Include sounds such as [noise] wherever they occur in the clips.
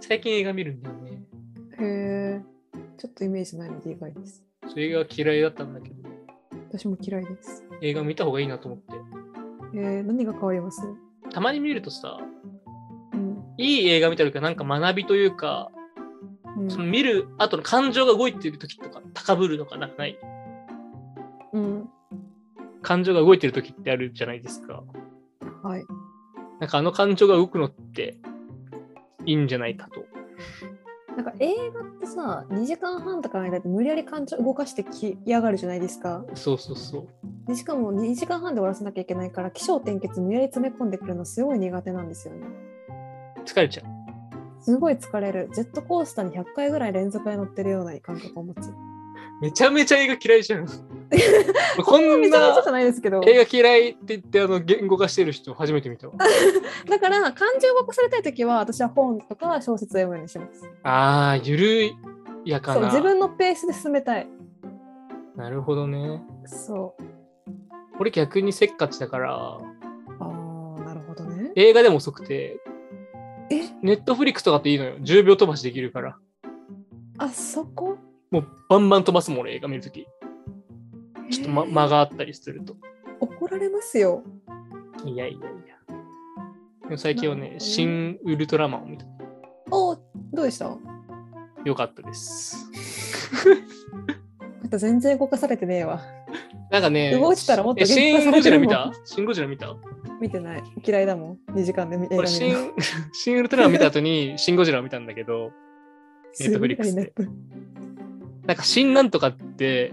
最近映画見るんだよね。へえ。ちょっとイメージないので意外です。そう映画嫌いだったんだけど、私も嫌いです。映画見た方がいいなと思って。えー、何が変わりますたまに見るとさ、うん。いい映画見たりか、なんか学びというか、うんその見る後の感情が動いてる時とか、高ぶるとかなんかない。うん。感情が動いてる時ってあるじゃないですか。はい。なんかあの感情が動くのっていいんじゃないかと。なんか映画ってさ、2時間半とかの間で無理やり感情動かしてきやがるじゃないですか。そうそうそう。でしかも2時間半で終わらせなきゃいけないから、起承転結無理やり詰め込んでくるのすごい苦手なんですよね。疲れちゃう。すごい疲れる。ジェットコースターに100回ぐらい連続で乗ってるような感覚を持つ。めちゃめちゃ映画嫌い [laughs] じゃん。こそんなんめちゃめちゃじなゃないですけど、映画嫌いって言ってあの言語化してる人初めて見たわ。だから感情を動かされたいときは、私は本とか小説を読むようにします。あー、ゆるやかそうな。自分のペースで進めたい。なるほどね。そう。俺逆にせっかちだから、ああ、なるほどね。映画でも遅くて、えネットフリックスとかっていいのよ。10秒飛ばしできるから。あそこもうバンバン飛ばすもん、俺映画見るとき。ちょっと、ま、えー間があったりすると。怒られますよ。いやいやいや。でも最近はなるね、ほどね新ウルトラマンを見た。おどうでしたまよかったです。た全然動かされてねえわ。なんかね、動いてたらもっとえシン・元ゴジラ気出されてる見もんたシン・ゴジラ見 [laughs] た見てない。嫌いだもん。2時間で見映画俺見シるの。ン、 [laughs] シン・ウルトラマン見た後に、シン・ゴジラを見たんだけど、ネ [laughs] ットフリックスですごいななんか新なんとかって、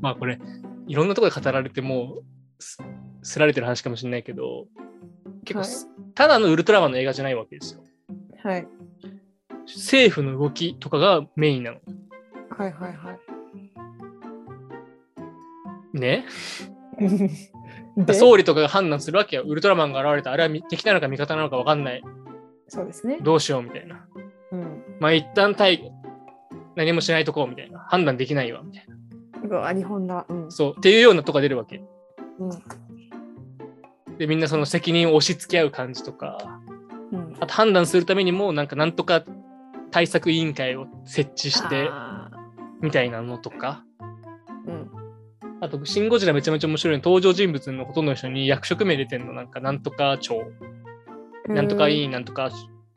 まあこれ、いろんなところで語られてもうす、すられてる話かもしれないけど、結構す、ただのウルトラマンの映画じゃないわけですよ。はい。政府の動きとかがメインなの。はいはいはい。ね。 [laughs] で総理とかが判断するわけよ。ウルトラマンが現れた。あれはみ敵なのか味方なのか分かんない。そうですね。どうしようみたいな。うん。まあ一旦対何もしないとこうみたいな。判断できないわみたいな。うわ、日本だ。うん。そう。っていうようなとこが出るわけ。うん。で、みんなその責任を押し付け合う感じとか。うん、あと判断するためにも、なんかなんとか対策委員会を設置してあみたいなのとか、ーうん。あと、シン・ゴジラめちゃめちゃ面白いの登場人物のほとんどの人に役職名出てんの、なんかなんとか長、なんとか委い。員、なんとか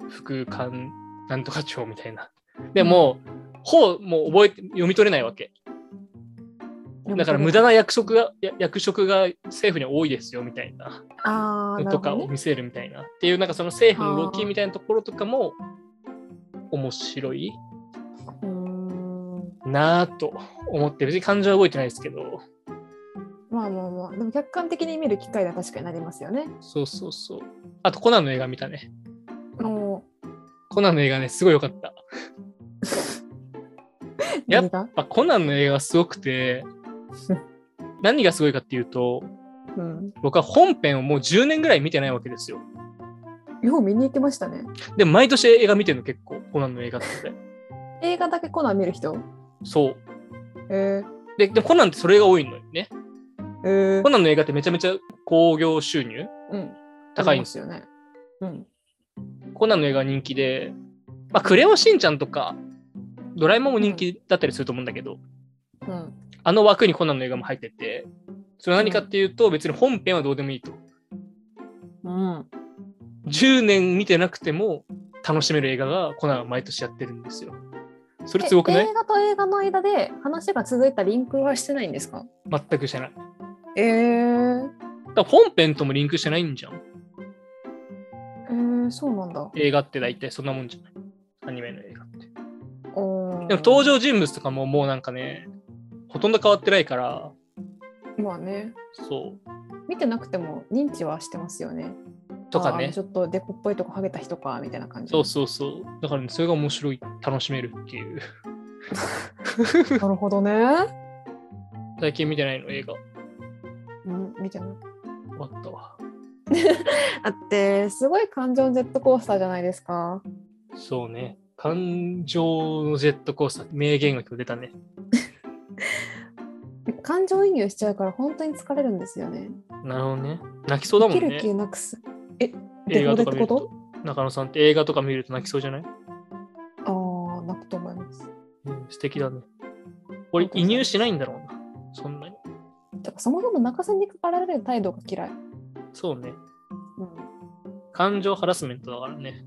副官、なんとか長みたいな。でも、ほう、もう覚えて、読み取れないわけ。だから無駄な役職が、や役職が政府に多いですよみたいな。あーなるとほかどをね見せるみたいなっていうなんかその政府の動あきーみたいなところとかも面白いうーんなぁと思って別に感情は動いてないですけどまあまあまあ、でも客観的に見る機会が確かになりますよね。そうそうそうあとコナンの映画見たねもコナンの映画ねすごい良かったやっう、や何が、ぱコナンの映画はすごくて [laughs] 何がすごいかっていうとうん、僕は本編をもう10年ぐらい見てないわけですよよう見に行ってましたね。で毎年映画見てるの結構コナンの映画って映画だけコナン見る人そうえー、ででコナンってそれが多いのよねえーコ、ナンの映画ってめちゃめちゃ興行収入うん、高いんでですよすよね。うん。コナンの映画人気で、まあ、クレヨンしんちゃんとか、ドラえもんも人気だったりすると思うんだけど、うん。あの枠にコナンの映画も入ってて、それは何かっていうと、別に本編はどうでもいいと。うん。 10年見てなくても楽しめる映画がコナンは毎年やってるんですよ。それすごくないえ映画と映画の間で話が続いたリンクはしてないんですか全くしてない。だかえー、ら本編ともリンクしてないんじゃん。えー、そうなんだ。映画って大体そんなもんじゃない。アニメの映画って。おでも登場場人物とかももうなんかね、ほとんど変わってないから、まあね、そう。見てなくても認知はしてますよね。とかあーねち。ょっとデコっぽいとこハゲた人かみたいな感じ。そうそうそう。だから、ね、それが面白い、楽しめるっていう。なるほどね。最近見てないの映画。うん、見てない。終わったわ。あって、すごい感情のジェットコースターじゃないですか。そうね。感情のジェットコースター、名言が今日出たね。感情移入しちゃうから本当に疲れるんですよね。なるほどね。泣きそうだもん生きる気ね。なくす。え、映デ画とコでっかて見こるとと。中野さんって映画とか見ると泣きそうじゃない、ああ、泣くと思います。うん、素敵だね。俺、移入しないんだろうな。そんなに。だからそもそも中さんに関わられる態度が嫌い。そうね。う感情ハラスメントだからね。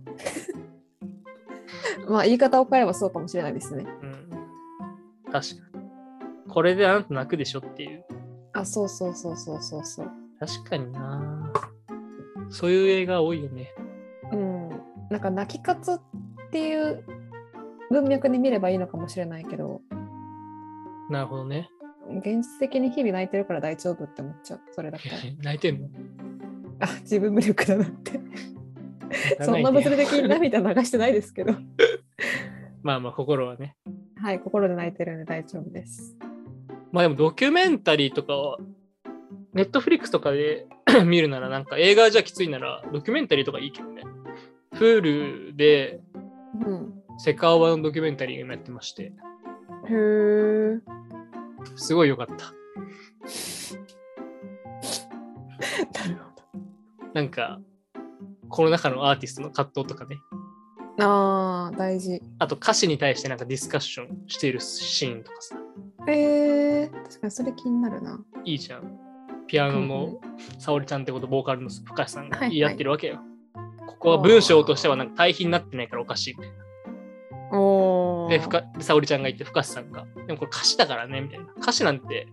ん、まあ言い方を変えればそうかもしれないですね。うん。確かに。これであなた泣くでしょっていう。あ、そうそうそうそうそうそう。確かにな。そういう映画多いよね。うん。なんか泣き活っていう文脈で見ればいいのかもしれないけど、なるほどね。現実的に日々泣いてるから大丈夫って思っちゃう。それだいけや。 [laughs] [laughs] 泣いてんのあ、自分無力だなって。 [laughs] そんな泣物いて理よ的に涙流してないですけど。まあまあ、心はね。はい、心で泣いてるんで大丈夫です。まあでもドキュメンタリーとかは、ネットフリックスとかで [clears throat] 見るなら、なんか映画じゃきついなら、ドキュメンタリーとかいいけどね。Hulu でうん。セカオワのドキュメンタリーが今やってまして、へえ。すごい良かった。なるほなんか、コロナ禍のアーティストの葛藤とかね。ど。ああ、大事。あと歌詞に対してなんかディスカッションしているシーンとかさ、えー、確かにそれ気になるな。いいじゃん。ピアノうんの沙織ちゃんってこと、ボーカルの深橋さんはいはがい言い合ってるわけよ。ここは文章としてはなんか対比になってないからおかしいみたいな。おーで、ふかで沙織ちゃんが言って、深瀬さんが、でもこれ歌詞だからね、みたいな。歌詞なんて、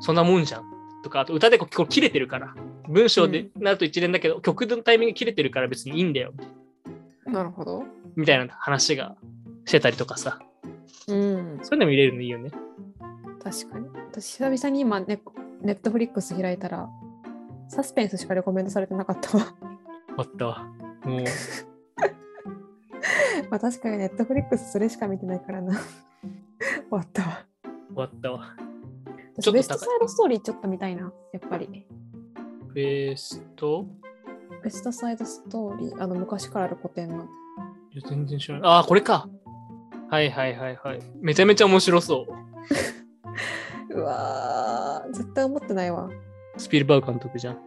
そんなもんじゃん。とか、あと歌でこうこう切れてるから。文章でなると一連だけど、曲のタイミング切れてるから別にいいんだよ。なるほど。みたいな話がしてたりとかさ。うん、そういうの見れるのいいよね。確かに。私、久々に今ね、ネットフリックス開いたら、サスペンスしかレコメンドされてなかったわ。 [laughs] あったわ。もう、まあ、確かにネットフリックスそれしか見てないからな。 [laughs] 終わったわ。終わった [laughs] わ。ち私ょっと高いベストサイドストーリーちょっと見たいな、やっぱり。ベーストベストサイドストーリー、あの、昔からある古典の。いや、全然知らない。ああ、これか。はいはいはいはい。めちゃめちゃ面白そう。うわー、絶対思ってないわ。スピルバーグ監督じゃん。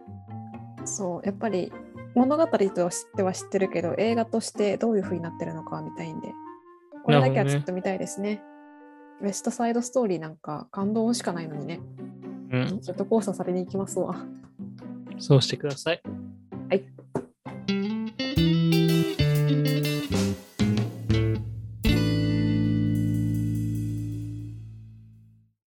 そう、やっぱり物語としては知っては知ってるけど、映画としてどういう風になってるのかは見たいんで、これだけなるほはどねちょっと見たいですね。ウエストサイドストーリーなんか感動しかないのにね、うん。ちょっと交差されに行きますわ。そうしてください。はい。